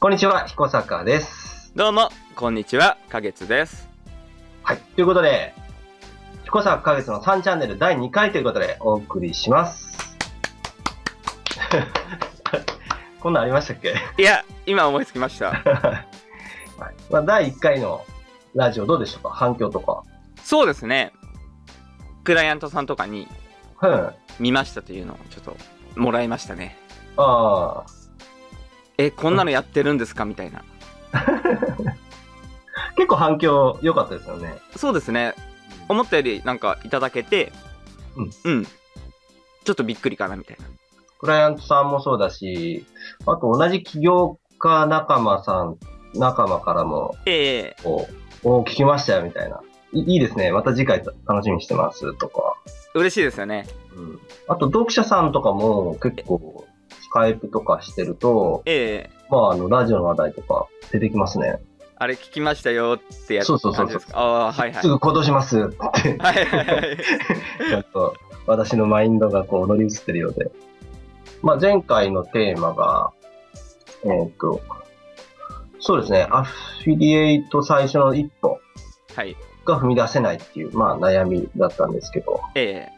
こんにちは、彦坂です。どうも、こんにちは、かげつです。はい。ということで、彦坂花月の3チャンネル第2回ということでお送りします。 こんなんありましたっけいや、今思いつきました。はいまあ、第1回のラジオどうでしたか反響とか。そうですね。クライアントさんとかにうん。あ見ましたというのをちょっともらいましたね。あえ、こんなのやってるんですかみたいな。ー。結構反響良かったですよね。そうですね。思ったよりなんかいただけて、うん。うん。ちょっとびっくりかなみたいな。クライアントさんもそうだし、あと同じ起業家仲間さん、仲間からも、ええこう、お聞きましたよ、みたいな。いいいですね。また次回楽しみにしてます、とか。嬉しいですよね。うん。あと、読者さんとかも結構、スカイプとかしてると、ええまあ、あの、ラジオの話題とか出てきますね。あれ聞きましたよってやつそうそうそうそう感じですかああ、はいはいす。ぐ行動し ますって、はいはいはい。ちょっと、私のマインドがこう、乗り移ってるようで。まあ、前回のテーマが、えーっ、と、そうですね、アフィリエイト最初の一歩はい。が踏み出せないっていう、まあ、悩みだったんですけど、ええ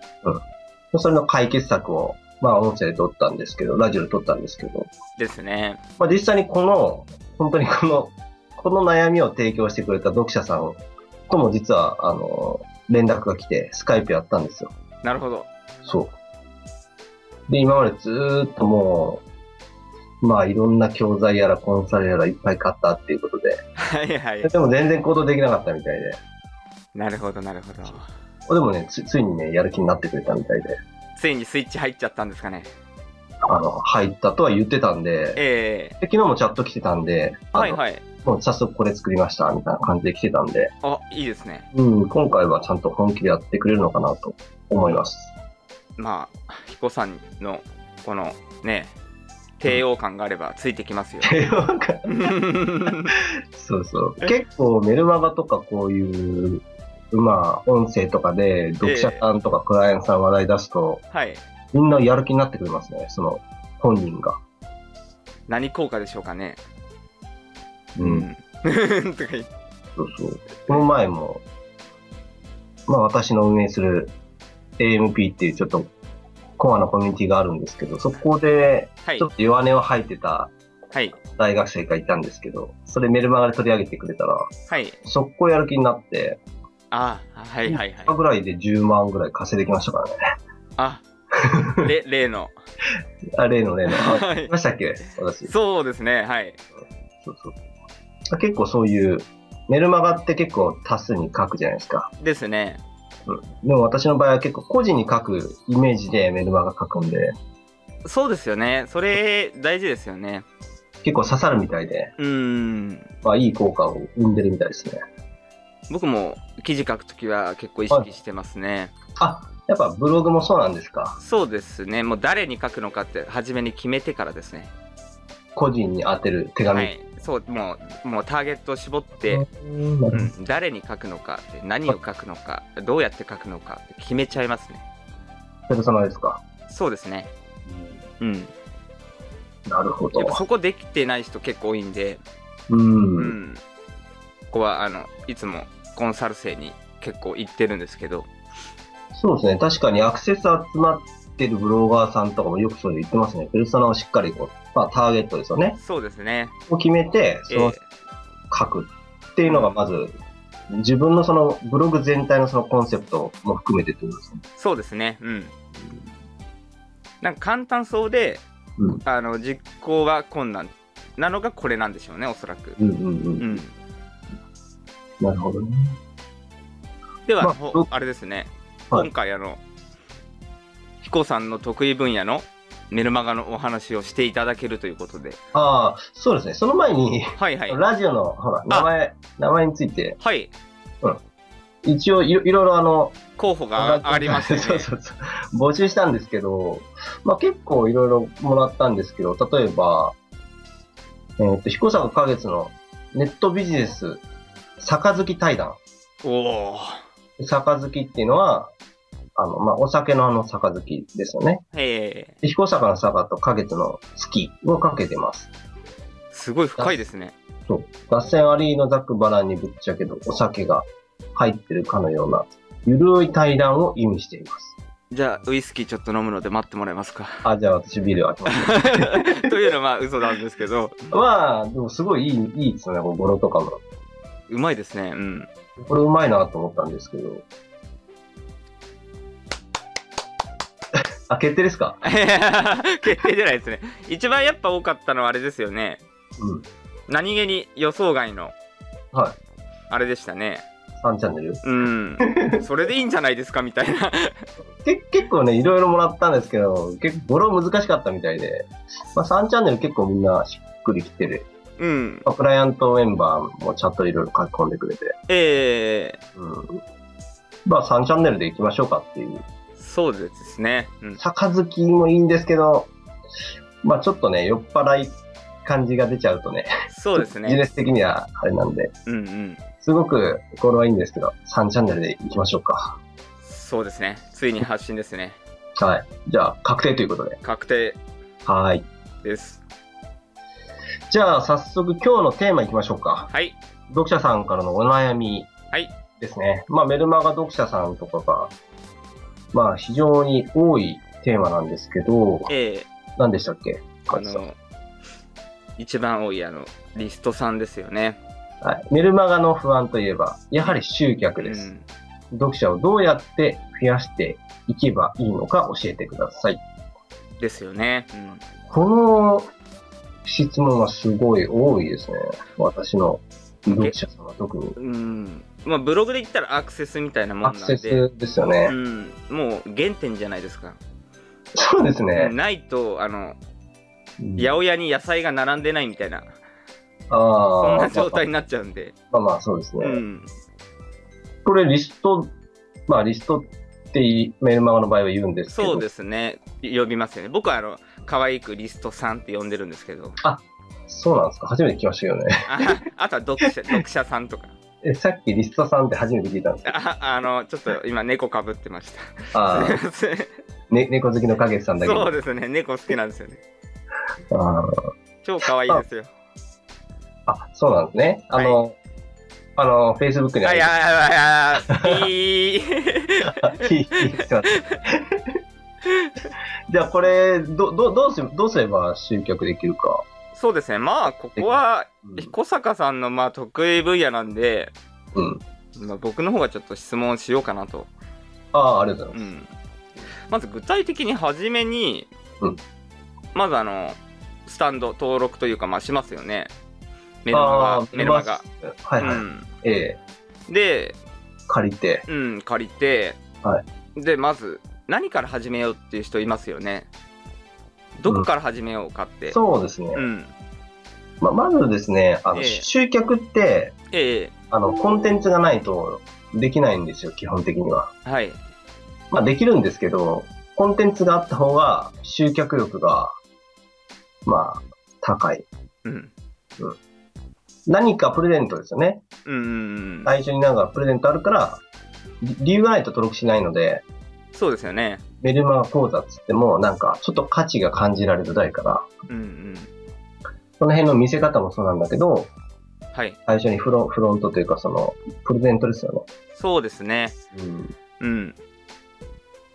それの解決策を、まあ、音声で撮ったんですけど、ラジオで撮ったんですけど、ですね。まあ、実際にこの、本当にこの、 この悩みを提供してくれた読者さんとも実は、あの、連絡が来て、スカイプやったんですよ。なるほど。そう。で、今までずーっともう、まあ、いろんな教材やらコンサルやらいっぱい買ったっていうことで、はいはい。でも全然行動できなかったみたいで、なるほどなるほど。でもね、つついにね、やる気になってくれたみたいで、ついにスイッチ入っちゃったんですかね。あの、入ったとは言ってたんで、ええで昨日もチャット来てたんで、あのはいはい。もう早速これ作りましたみたいな感じで来てたんで、あ、いいですね。うん、今回はちゃんと本気でやってくれるのかなと思います。まあ、彦さんの、この、ね、帝王感があればついて きますよ。そうそう。結構メルマガとかこういう、まあ、音声とかで、読者さんとかクライアントさん話題出すと、はい。みんなやる気になってくれますね、その本人が。何効果でしょうかね。う。うん。 とか言ってそうそう。この前も、まあ私の運営する AMP っていうちょっとコアなコミュニティがあるんですけど、そこではいちょ。っと弱音を吐いてたはい。大学生がいたんですけど、それメルマガで取り上げてくれたら、はい。速攻やる気になって、あ、はいはいはい3日。ぐらいで10万ぐらい稼いできましたからね。 あ、れ例の。あ、例の例の。 あはいいましたっけ私。そうですね。はい。そうそう。結構そういう、メルマガって結構多数に書くじゃないですか。ですね。でも私の場合は結構個人に書くイメージでメルマガ書くんで、そうですよね。それ、大事ですよね。結構刺さるみたいで、うん。まあいい効果を生んでるみたいですね。僕も記事書くときは結構意識してますね。あ、やっぱブログもそうなんですか。そうですね。もう誰に書くのかって初めに決めてからですね。個人に当てる手紙。はい。そう、もう、もうターゲットを絞って、うんうん、誰に書くのかって、何を書くのか、どうやって書くのかって決めちゃいますね。お疲れ様ですか。そうですね。うん。なるほどやっ。ぱそこできてない人結構多いんで、うん。うん。ここは、あの、いつもコンサル生に結構行ってるんですけど、そうですね、確かにアクセス集まってるブロガーさんとかもよくそれ言ってますね。ペルソナをしっかりこう、まあ、ターゲットですよね。そうですね。を決めて、そえーの書くっていうのがまず、自分のそのブログ全体のそのコンセプトも含めてってことですね。そうですね。うん。なんか簡単そうで、うんあの実行は困難なのがこれなんでしょうね、おそらく。うんうんううん。ん、なるほどね。では、まあほ僕あ、れですね、はい今回あの、ヒコさんの得意分野のメルマガのお話をしていただけるということで、ああ、そうですね。その前に、はいはい。ラジオの、ほら、名前、名前について、はい、一応いろいろいろあの、候補があありましたそうね。そうそう。募集したんですけど、まあ結構いろいろもらったんですけど、例えば、えっ、と、彦坂花月のネットビジネス、杯対談。おお、杯っていうのは、あの、まあ、お酒のあの杯ですよね。ええで彦坂の坂と花月の月をかけてます。すごい深いですね。そう。合戦アリーのざくばらんにぶっちゃけど、お酒が入ってるかのような、ゆるい対談を意味しています。じゃあウイスキーちょっと飲むので待ってもらえますか。 あ、じゃあ私ビール開けます。というのはまあ嘘なんですけど、まあ、でもすごいいい、いいですね、この語呂とかも。うまいですね。うん。これうまいなと思ったんですけど。あ、決定ですか 決定じゃないですね。一番やっぱ多かったのはあれですよね。うん。何気に予想外のはい。あれでしたね。 3チャンネルうん。それでいいんじゃないですかみたいな。け結構ね、いろいろもらったんですけど、結構語呂難しかったみたいで、まあ、3チャンネル結構みんなしっくりきてる。うん。まあ、クライアントメンバーもちゃんといろいろ書き込んでくれて、えうん。まあ3チャンネルで行きましょうかっていう。ー、そうですね。うん。杯もいいんですけど、まあちょっとね、酔っ払い感じが出ちゃうとね、そうですビジネね。ス的にはあれなんで、うんうん。すごくこれはいいんですけど、3チャンネルで行きましょうか。そうですね。ついに発信ですね。はい。じゃあ確定ということで。確定はい。です。じゃあ早速今日のテーマ行きましょうか。はい。読者さんからのお悩みはい。ですね。まあ、メルマガ読者さんとかが、まあ、非常に多いテーマなんですけど、えー、何でしたっけあカズさんの、一番多いあの、リストさんですよね。はい。メルマガの不安といえば、やはり集客です。うん読者をどうやって増やしていけばいいのか教えてください。ですよね。この質問はすごい多いですね。私の読者さんは特に。うん。うん。まあ、ブログで言ったらアクセスみたいなもアんクなんセで。スですよね。うん、もう原点じゃないですか、そうですね。ないとあの八百屋に野菜が並んでないみたいなあそんあな状態になっちゃうんで、まあまあそうですね。うん、これリスト、まあリストっていメールマガの場合は言うんですけど。そうですね呼びますよね僕はあの可愛くリストさんって呼んでるんですけどそうなんですか初めて聞きましたよね。 ああとは読者読者さんとかえ、さっきリストさんって初めて聞いたんですああのちょっと今猫かぶってましたか あすあいませんね、猫好きの影さんだけそうど。ですね猫好きなんですよねあ超可愛いですよああ、そうなんですね。あの、あの、Facebook にああいげやい やいやいやた。いいいいすいません じゃあこれ、ど、ど、どうすれどうすれば集客できるか。そうですねまあここはうん彦坂さんのまあ得意分野なんで、うん。まあ、僕の方がちょっと質問しようかなと、ああ、ありがとうごうざいまん、まず具体的に初めに、うんまずあのスタンド登録というかまあしますよねす。メルあマあガメルマガ、メルマガはいはい。うんええで、借りて。うん、借りて、はでまず何から始めようっていう人いますよねどこから始めようかって、うそうですね。んままずですね、あの、ええ集客って、ええあの、コンテンツがないとできないんですよ、基本的には。はいまあ、できるんですけど、コンテンツがあった方が集客力が、まあ、高い。うん何かプレゼントですよね。うんうんうん最初になんかプレゼントあるから、り理由がないと登録しないので、そうですよねメルマガ講座っつっても、なんか、ちょっと価値が感じられづらいから、うんうんその辺の見せ方もそうなんだけど、はい最初にフロフロントというか、その、プレゼントですよそうですねね。うん。うん。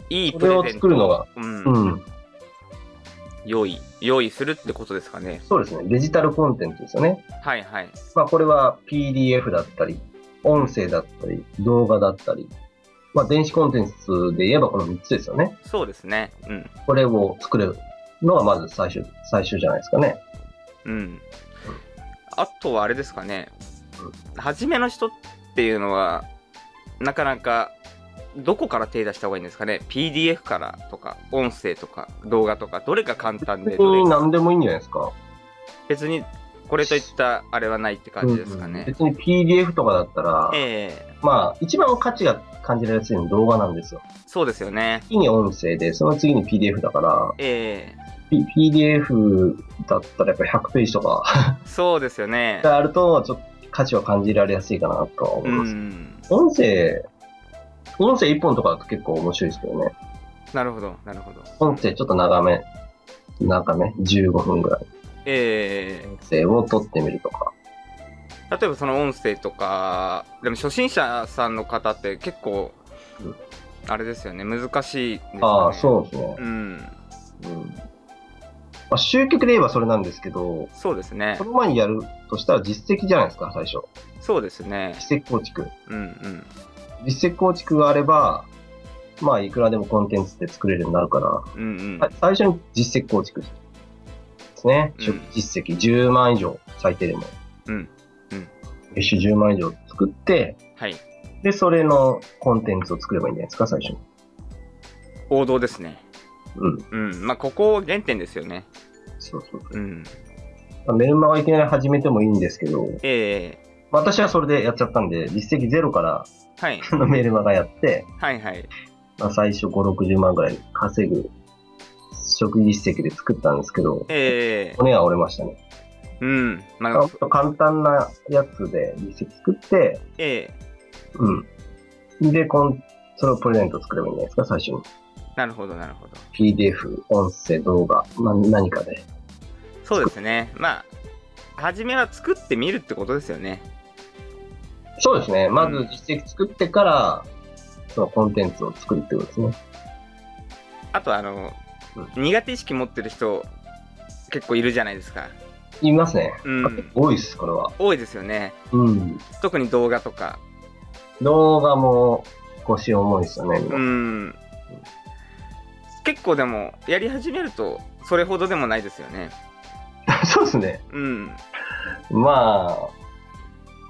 いいそプれをレゼン作トるのが、うんうん、用意、用意するってことですかね。そうですね。デジタルコンテンツですよね。はいはい。まあ、これは PDF だったり、音声だったり、動画だったり、まあ、電子コンテンツで言えばこの3つですよね。そうですね。うん。これを作るのがまず最初、最初じゃないですかね。うん。あとはあれですかね。初めの人っていうのは、なかなか、どこから手出した方がいいんですかね ?PDF からとか、音声とか、動画とか、どれが簡単で、別どれにが何でもいいんじゃないですか。別にこれといったあれはないって感じですかうんうんね。別に PDF とかだったら、ええまあ、一番価値が感じられやすいのは動画なんですよ。そうですよね。次に音声で、その次に PDF だから、ええ P- PDF だったらやっぱ100ページとかそうですよね。があると、ちょっと価値を感じられやすいかなとは思ういます。ん。音声、音声一本とかだと結構面白いですけどね。なるほど、なるほど。音声ちょっと長め。長め。15分ぐらい。え音声を取ってみるとか。え例えばその音声とか、でも初心者さんの方って結構うん、あれですよね、難しいですよね。ああ、そうですねう。ん。うん。まあ、集客で言えばそれなんですけど、そうですねそ。の前にやるとしたら実績じゃないですか、最初。そうですね。実績構築。うんうん。実績構築があれば、まあ、いくらでもコンテンツって作れるようになるから、うんうん。はい最初に実績構築ですね。うん出実績10万以上、最低でも。うん。月収10万以上作って、はい。で、それのコンテンツを作ればいいんじゃないですか、最初に。王道ですね。うん。うん。まあ、ここ原点ですよね。そうそうそううん。まあ。メルマガいきなり始めてもいいんですけど、ええまあ私はそれでやっちゃったんで、実績ゼロからはい。あのメルマガやって、はいはい。まあ、最初5、60万ぐらい稼ぐ職実績で作ったんですけど、ええ骨は折れましたね。うん。まほあん、と簡単なやつで実績作って、ええうん。で、こんそのプレゼント作ればいいんじゃないですか、最初に。なるほどなるほど。 PDF、音声、動画、まあ、何かで。そうですね。まあ、初めは作ってみるってことですよね。そうですね。まず実績作ってから、そのコンテンツを作るってことですね。あと、あの、う苦手意識持ってる人、結構いるじゃないですか。言いますね。うん。多いっす、これは。多いですよね。うん。特に動画とか。動画も腰重いっすよね、みんう。なん結構でも、やり始めると、それほどでもないですよね。 そうですね。うん。ま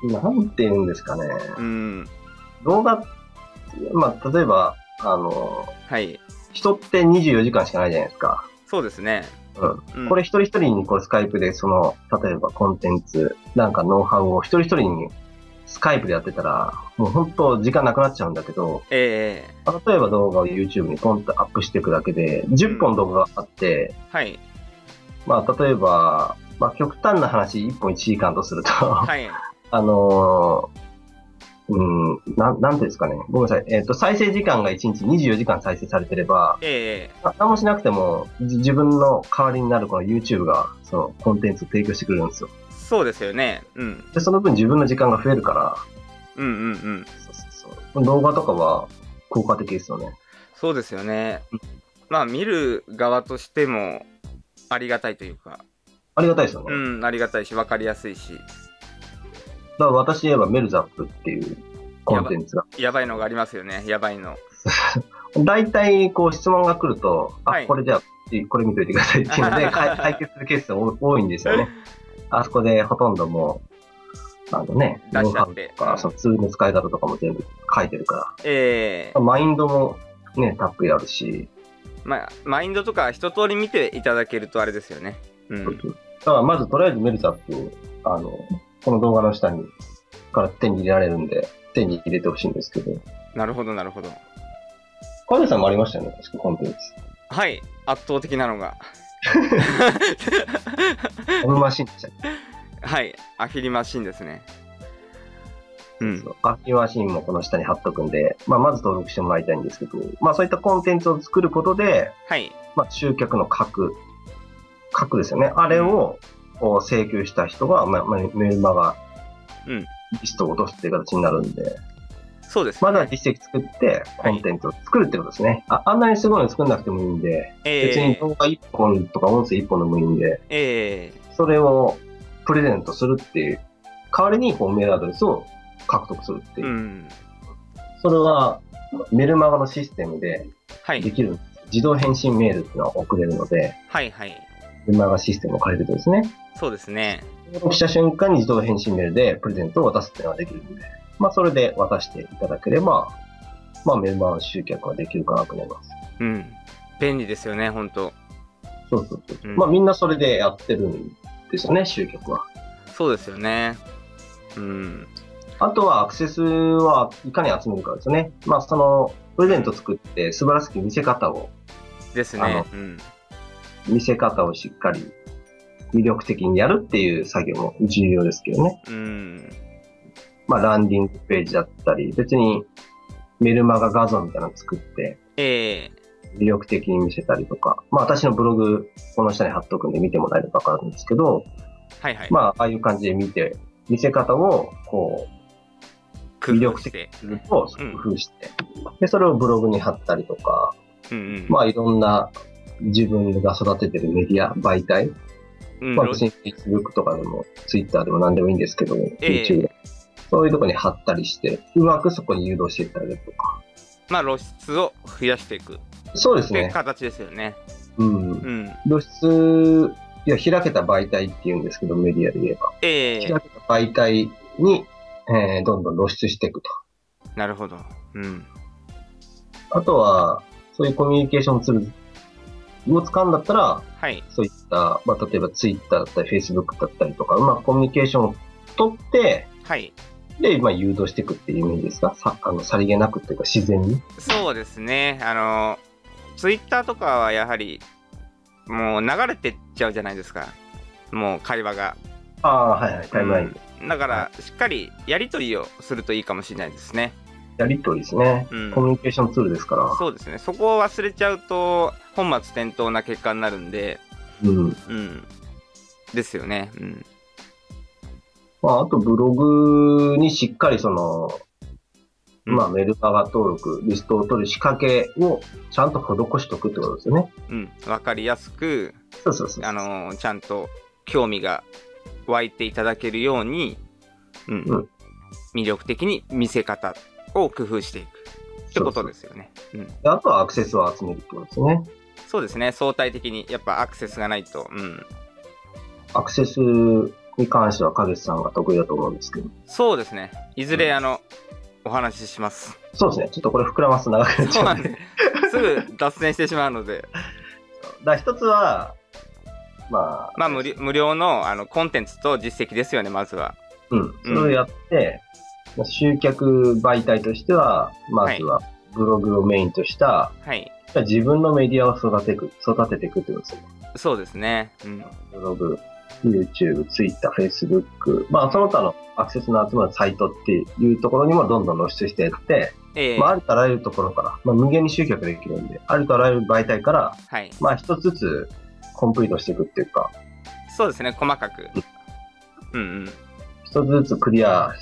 あ、なんて言うんですかね。うん。動画、まあ、例えば、あの、はい。人って24時間しかないじゃないですか。そうですね。うん。うんこれ一人一人にこれスカイプで、その、例えばコンテンツ、なんかノウハウを一人一人にスカイプでやってたら、もう本当時間なくなっちゃうんだけど、ええ例えば動画を YouTube にポンとアップしていくだけで、10本動画があって、はい。まあ例えば、まあ極端な話1本1時間とすると、はい。あのーうん、なん、なんていうんですかね。ごめんなさい。えっ、と、再生時間が1日24時間再生されてれば、ええな何もしなくても、じ自分の代わりになるこの YouTube が、その、コンテンツを提供してくれるんですよ。そうですよね。うん。で、その分自分の時間が増えるから、うんうんうん。そうそうそう。動画とかは効果的ですよね。そうですよね。まあ、見る側としても、ありがたいというか、ありがたいですよね。だうん、ありがたいし、わかりやすいし、から私言えばメルザップっていうコンテンツが。やばいのがありますよね、やばいの。大体、こう質問が来ると、はあ、いこれじゃあ、これ見といてくださいっていうの で、かい解決するケースが多多いんですよね。あそこでほとんどもう、あのね、出ノウしちゃっハウてと。か、そのツールの使い方とかも全部書いてるかええら、マインドもね、たっぷりあるし、まあ、マインドとか一通り見ていただけるとあれですよね。うん。だからまずとりあえずメルザップを、あの、この動画の下に、から手に入れられるんで、手に入れてほしいんですけど、なるほど、なるほど。カメさんもありましたよね、確かコンテンツ。はい、圧倒的な のが。オムマシンでしたっけはい、アフィリマシンですね。うそん。うアッキーマシンもこの下に貼っとくんで、まあ、まず登録してもらいたいんですけど、まあ、そういったコンテンツを作ることで、はい、まあ、集客の核、核ですよね。あれをこう請求した人が、まあ、まあメルマガ、うんリストを落とすっていう形になるんで、そうです、まずは実績作って、コンテンツを作るってことですね。ああんなにすごいの作んなくてもいいんで、え別にえ動画1本とか音声1本でもいいんで、えそれをプレゼントするっていう、代わりにこうメールアドレスを獲得するってえいう。うん。それはメルマガのシステムではでい、きるんです。自動返信メールっていうのは送れるので、はい、はい。メルマガシステムを借りるとですね、そうですね。登録した瞬間に自動返信メールでプレゼントを渡すっていうのができるので、まあ、それで渡していただければ、まあ、メルマガの集客はできるかなと思います。うん。便利ですよね、本当そうそうそう。うんまあ、みんなそれでやってるんですよね、集客は。そうですよね。うん。あとはアクセスはいかに集めるかですね。まあ、その、プレゼント作って素晴らしき見せ方をですあねの。うん。見せ方をしっかり魅力的にやるっていう作業も重要ですけどね。うん。まあ、ランディングページだったり、別にメルマガ画像みたいなの作って、ええ魅力的に見せたりとか、まあ私のブログ、この下に貼っとくんで見てもらえればわかるんですけど、はいはい。まあああいう感じで見て、見せ方をこ工夫魅力し的て。う、工夫して、で、それをブログに貼ったりとか、うんうん。まあいろんな自分が育ててるメディア、媒体、うんまあ別に Facebook とかでも Twitter でも何でもいいんですけど、ええ YouTube でそういうとこに貼ったりして、うまくそこに誘導していったりとか。まあ露出を増やしていくっそうですてね。形ですよね。うんう。ん。露出、いや、開けた媒体っていうんですけど、メディアで言えば。ええ開けた媒体に、えーどんどん露出していくと。なるほど。うん。あとは、そういうコミュニケーションツールを使うんだったら、はい。そういった、まあ、例えば Twitter だったり Facebook だったりとか、うまくコミュニケーションを取って、はい。で、まあ、誘導していくっていうイメージですかさあのさりげなくというか自然に。そうですね。あの、ツイッターとかはやはり、もう流れてっちゃうじゃないですか。もう会話が。ああ、はいはい、タイムラインで。だから、しっかりやりとりをするといいかもしれないですね。やりとりですね。うんコミュニケーションツールですかそうですね。そこを忘れちゃうと、本末転倒な結果になるんで、ら。うん。うん。ですよね。うん。まあ、あとブログにしっかりその、うんまあ、メルマガ登録、リストを取る仕掛けをちゃんと施しとくってことですよね。うん。わかりやすく、そうそうそう。あ、のちゃんと興味が湧いていただけるように、うんうん。魅力的に見せ方を工夫していくってことですすよね。うん、であとはアクセスを集めるってことですね。そうですね相対的にやっぱアクセスがないと、うん、アクセスに関しては影さんが得意だと思うんですけど。そうですねいずうれ、んあのお話しします。そうですね。ちょっとこれ膨らますと長くなっ ちそうゃなうんんで。 ですすぐ脱線してしまうので、だから一つは、まあ、まあ、無料無料のあのコンテンツと実績ですよねまずは。うん。それをやって、まあ集客媒体としては、まずはブログをメインとした、はい自分のメディアを育てていく、育てていくってことですよね。そうですね。うんブログ、YouTube、Twitter、Facebook、まあ、その他のアクセスの集まるサイトっていうところにもどんどん露出していって、えーまあ、ありとあらゆるところから、まあ、無限に集客できるんで、ありとあらゆる媒体から、はい、まあ、一つずつコンプリートしていくっていうか、そうですね細かく。うん一つずつクリア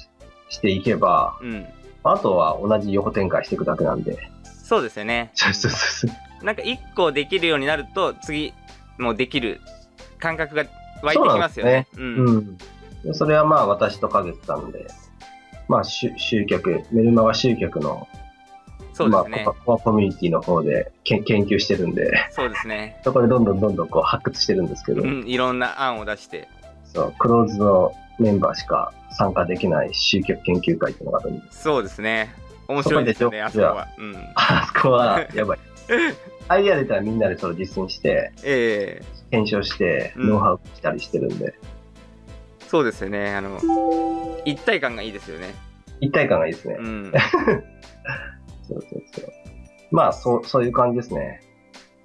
していけば、うんうんあとは同じ横展開していくだけなんで。そうですよね。そうそうそうそう。なんか一個できるようになると次もうできる感覚が湧いてきますよね。ううんん。でそれはまあ、私と影さんで、まあ、集集客、メルマガ集客のそうですねまあ、。コアコミュニティの方でけん研究してるんで、 そうですね。そこでどんどんどんどんこう発掘してるんですけど、うん、いろんな案を出して。そうクローズのメンバーしか参加できない集客研究会っていうのがあるんです。そうですね。面白いですよね、あそそここでは。うん。あそこはやば い。アイデア出たらみんなでそれを実践して、ええ検証して、うんノウハウしたりしてるんで、そうですよね。あの、一体感がいいですよね。一体感がいいですね。うん。そうそうそう。まあ、そう、そういう感じですね。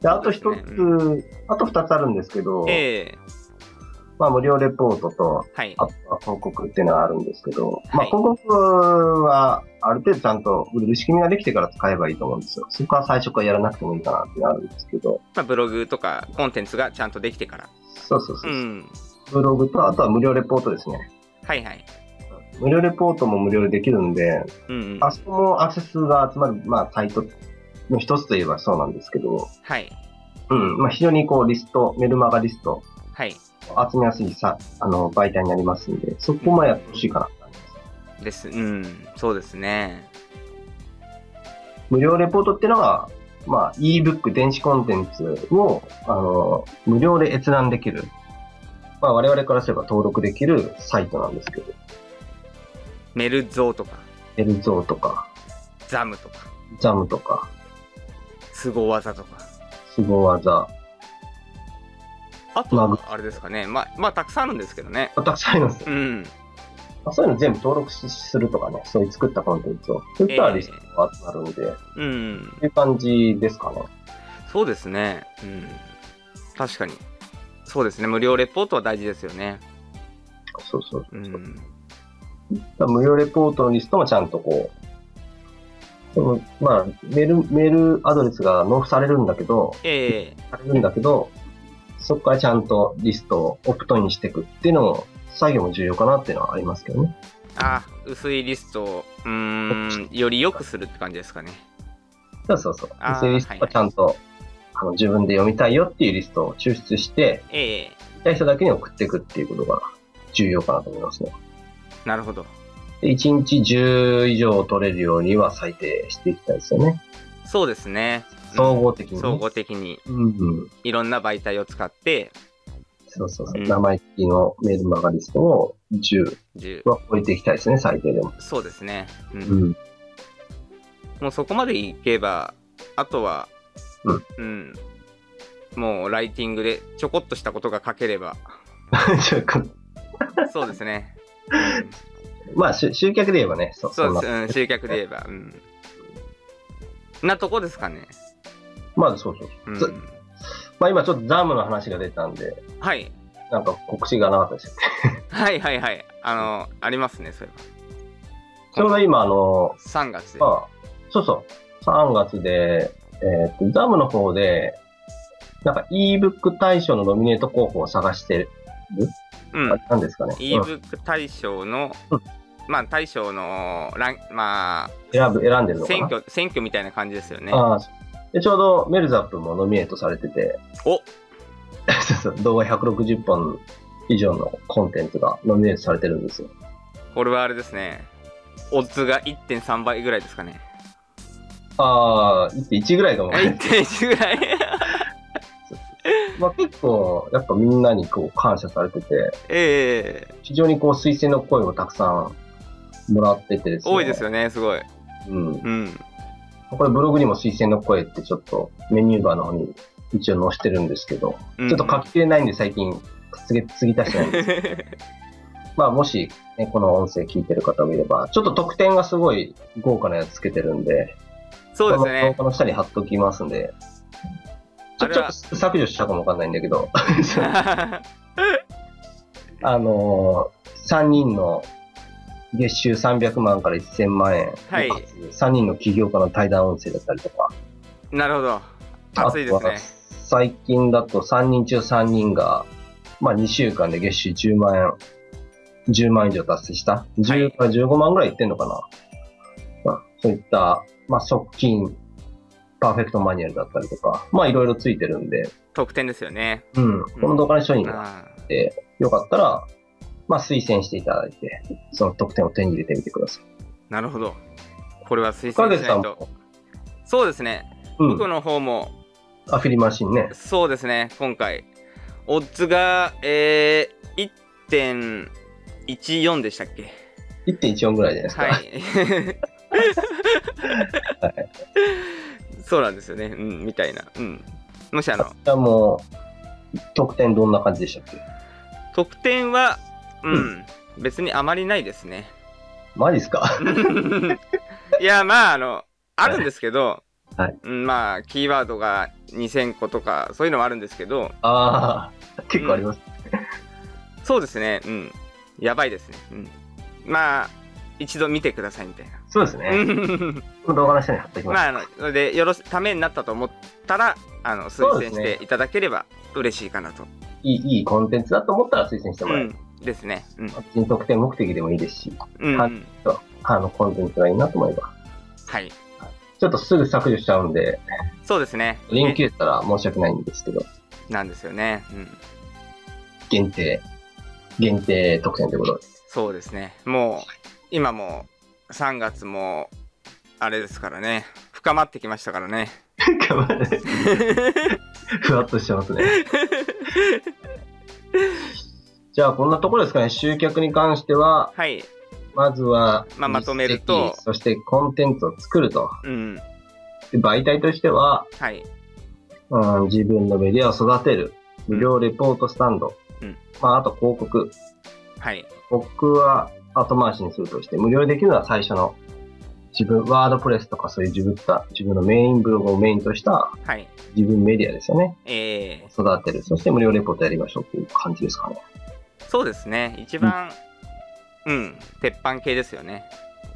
であと一つ、そうですねあと二つあるんですけど、ええまあ、無料レポートと、はい。あとは広告っていうのはあるんですけど、まはあ、い広告はある程度ちゃんと売れる仕組みができてから使えばいいと思うんですよ。そこは最初からやらなくてもいいかなってなるんですけど、まあ、ブログとかコンテンツがちゃんとできてから。そうそうそうう。ん。ブログと、あとは無料レポートですね。はいはい。無料レポートも無料でできるんで、うん、うん。あそこもアクセスが集まる、まあ、サイトの一つといえばそうなんですけど、はい。うん、まあ、非常にこう、リスト、メルマガリスト、はい。集めやすいさ、あの、媒体になりますんで、そこもやってほしいかなって感じです。です。うん。そうですね。無料レポートっていうのが、まあ、ebook 電子コンテンツを、あの、無料で閲覧できる。まあ、我々からすれば登録できるサイトなんですけど、メルゾーとか、エルゾーとか、ザムとか、ザムとか、スゴ技とか。スゴ技、あとまは、あれですかね。まあ、まあ、たくさんあるんですけどね。たくさんありますよ。うん。そういうの全部登録しするとかね、そういう作ったコンテンツを。そういったらリストが集まるんで、うん。という感じですかね。そうですね。うん。確かに。そうですね。無料レポートは大事ですよね。そうそう。うん。無料レポートのリストもちゃんとこう、でも、まあ、メール、メールアドレスが納付されるんだけど、ええされるんだけど、そこからちゃんとリストをオプトインしていくっていうのも、作業も重要かなっていうのはありますけどね。あ、薄いリストを、うーん、より良くするって感じですかね。そうそうそう。あーそういうリストはちゃんと、あの自分で読みたいよっていうリストを抽出して、ええ見たい人だけに送っていくっていうことが重要かなと思いますね。なるほど。で1日10以上取れるようには最低していきたいですよね。そうですね。総合的にね。総合的にうんうん。いろんな媒体を使って、そうそうそう。うん生意気のメルマガリストを10十は超えていきたいですね、最低でも。そうですね。う。うんん。 もうそこまでいけば、あとは、うんうん。もうライティングでちょこっとしたことが書けれ ば、ちょこそうですね。うんまあ、集集客で言えばね、そそうです、んなうん、集客で言えば。うん。なとこですかね。まあ、そうそう。うそん。まあ、今ちょっとザームの話が出たんで、はい。なんか告知がなかったですよ。はいはいはい。あの、ありますね、それは。ちょうど今、あの、 3月で。まあ、そうそう。3月で、えーっと、ザムの方で、なんか ebook 大賞のノミネート候補を探してる、うんあ。なんですかね。うん ebook 大賞の、うんまあ大賞のラン、ま選ぶ、選んでるのあ、か選な。挙、選挙みたいな感じですよね。ああでちょうどメルザップもノミネートされてて、 おそうそう動画160本以上のコンテンツがノミネートされてるんですよ。これはあれですね。オッズが1.3倍ぐらいですかね。ああ、1.1ぐらいかもあ。1.1ぐらい まあ結構、やっぱみんなにこう感謝されてて、ええ非常にこう推薦の声をたくさんもらっててですね。多いですよね、すごい。うん。うん。これブログにも推薦の声ってちょっとメニューバーの方に一応載してるんですけど、うんちょっと書ききれないんで最近、つげ、継ぎ足してないんです。まあもし、ね、この音声聞いてる方もいれば、ちょっと特典がすごい豪華なやつつけてるんで、 そうでこのす動ね。画の下に貼っときますんで、ちあょれちょはっと削除したかもわかんないんだけど、 あのー、3人の月収300万から1000万円、はいかつ3人の起業家の対談音声だったりとか、なるほど。熱いであすとはね。最近だと3人中3人が、まあ2週間で月収10万円、10万以上達成した。10から15万ぐらいいってんのかな、まあそういった、まあ側近、パーフェクトマニュアルだったりとか、まあいろいろついてるんで、得点ですよね。うん。この動画の商品があーよかったら、まあ推薦していただいて、その特典を手に入れてみてください。なるほど。これは推川薦口しなさいんとも。、そうですね。うん僕、の方も、アフィリマシンね。そうですね、今回、オッズが、えー、1.14でしたっけ1.14ぐらいじゃないです か。はい。 そうなんですよね、うん、みたいな。うん、もしあの、じゃあもう、特典どんな感じでしたっけ得点は、うん、う別にあまりないですね。マジっすか いや、まあ、あの、あるんですけど、はいうんまあ、キーワードが2000個とか、そういうのはあるんですけど、ああ、結構あります。そうですね、うん、やばいですね。うん、まあ、一度見てくださいみたいな。そうですね。この動画の下に貼っておきます。 まあ、あのそれでよろしためになったと思ったらあの推そう薦ですしねていただければ嬉しいかなと。いい、いいコンテンツだと思ったら推薦してもらえる。うんですね。うん個人特典目的でもいいですし、うんははいい、あの、コンテンツがいいなと思えば。ちょっとすぐ削除しちゃうんで、そうですね。リンク入れたら申し訳ないんですけど、なんですよね、うん。限定、限定特典ということ で。そうですね。もう今もう3月もあれですからね深まってきましたからね。頑張れ ふわっとしてますね。じゃあ、こんなところですかね。集客に関しては、はい、まずは、まあまとめると実績そしてコンテンツを作ると。うんで媒体としては、はい、うん、自分のメディアを育てる、無料レポートスタンド、うんまあ、あと広告。はい、僕は後回しにするとして、無料でできるのは最初の自分、ワードプレスとかそういう自分た自分のメインブログをメインとしたはい。自分メディアですよね。えー、育てる。そして無料レポートやりましょうっていう感じですかね。そうですね一番、うん、鉄板系ですよね。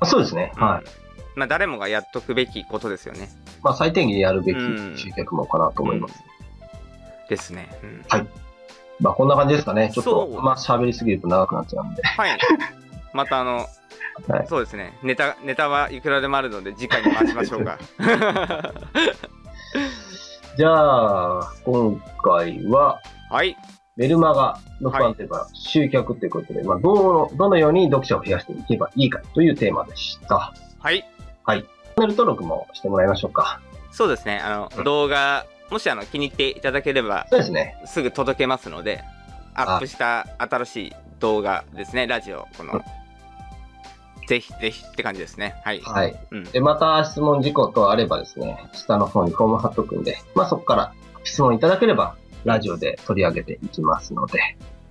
あそうですね。はい。い。まあ、誰もがやっとくべきことですよね。まあ、最低限やるべきうん集客もかなと思います。ですね。うん はいまあ、こんな感じですかね。ちょっそうと、あんま喋りすぎると長くなっちゃうんで。はい。またあの、はいそうですね。ネタ、ネタはいくらでもあるので、次回に回しましょ うか。じゃあ、今回は、はい。メルマガのファンというか、集客ということで、まあ、どの、どのように読者を増やしていけばいいかというテーマでした。はい。チャンネル登録もしてもらいましょうか。そうですね。あうんの、動画、もしあの気に入っていただければ、そうですね。すぐ届けますので、アップした新しい動画ですね、ラジオ、こうんの、ぜひぜひって感じですね。はい。はい。うんで、また質問事項等あればですね、下の方にフォーム貼っとくんで、まあ、そこから質問いただければ、ラジオで取り上げていきますので、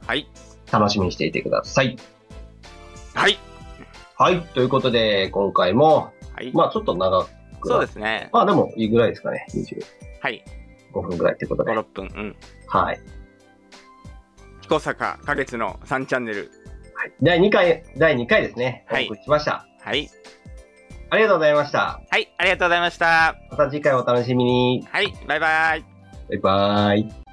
はい。楽しみにしていてください。はい。はい。ということで、今回も、はい。まあ、ちょっと長くそうですね。まあ、でもいいぐらいですかね。25はい。分ぐらいということ5、で。 6分。うん。はい。彦坂、花月の3チャンネル。第2回、第2回ですね。はいお送りしました。はい。ありがとうございました。はい。ありがとうございました。また次回お楽しみに。はい。バイバイ。バイバイ。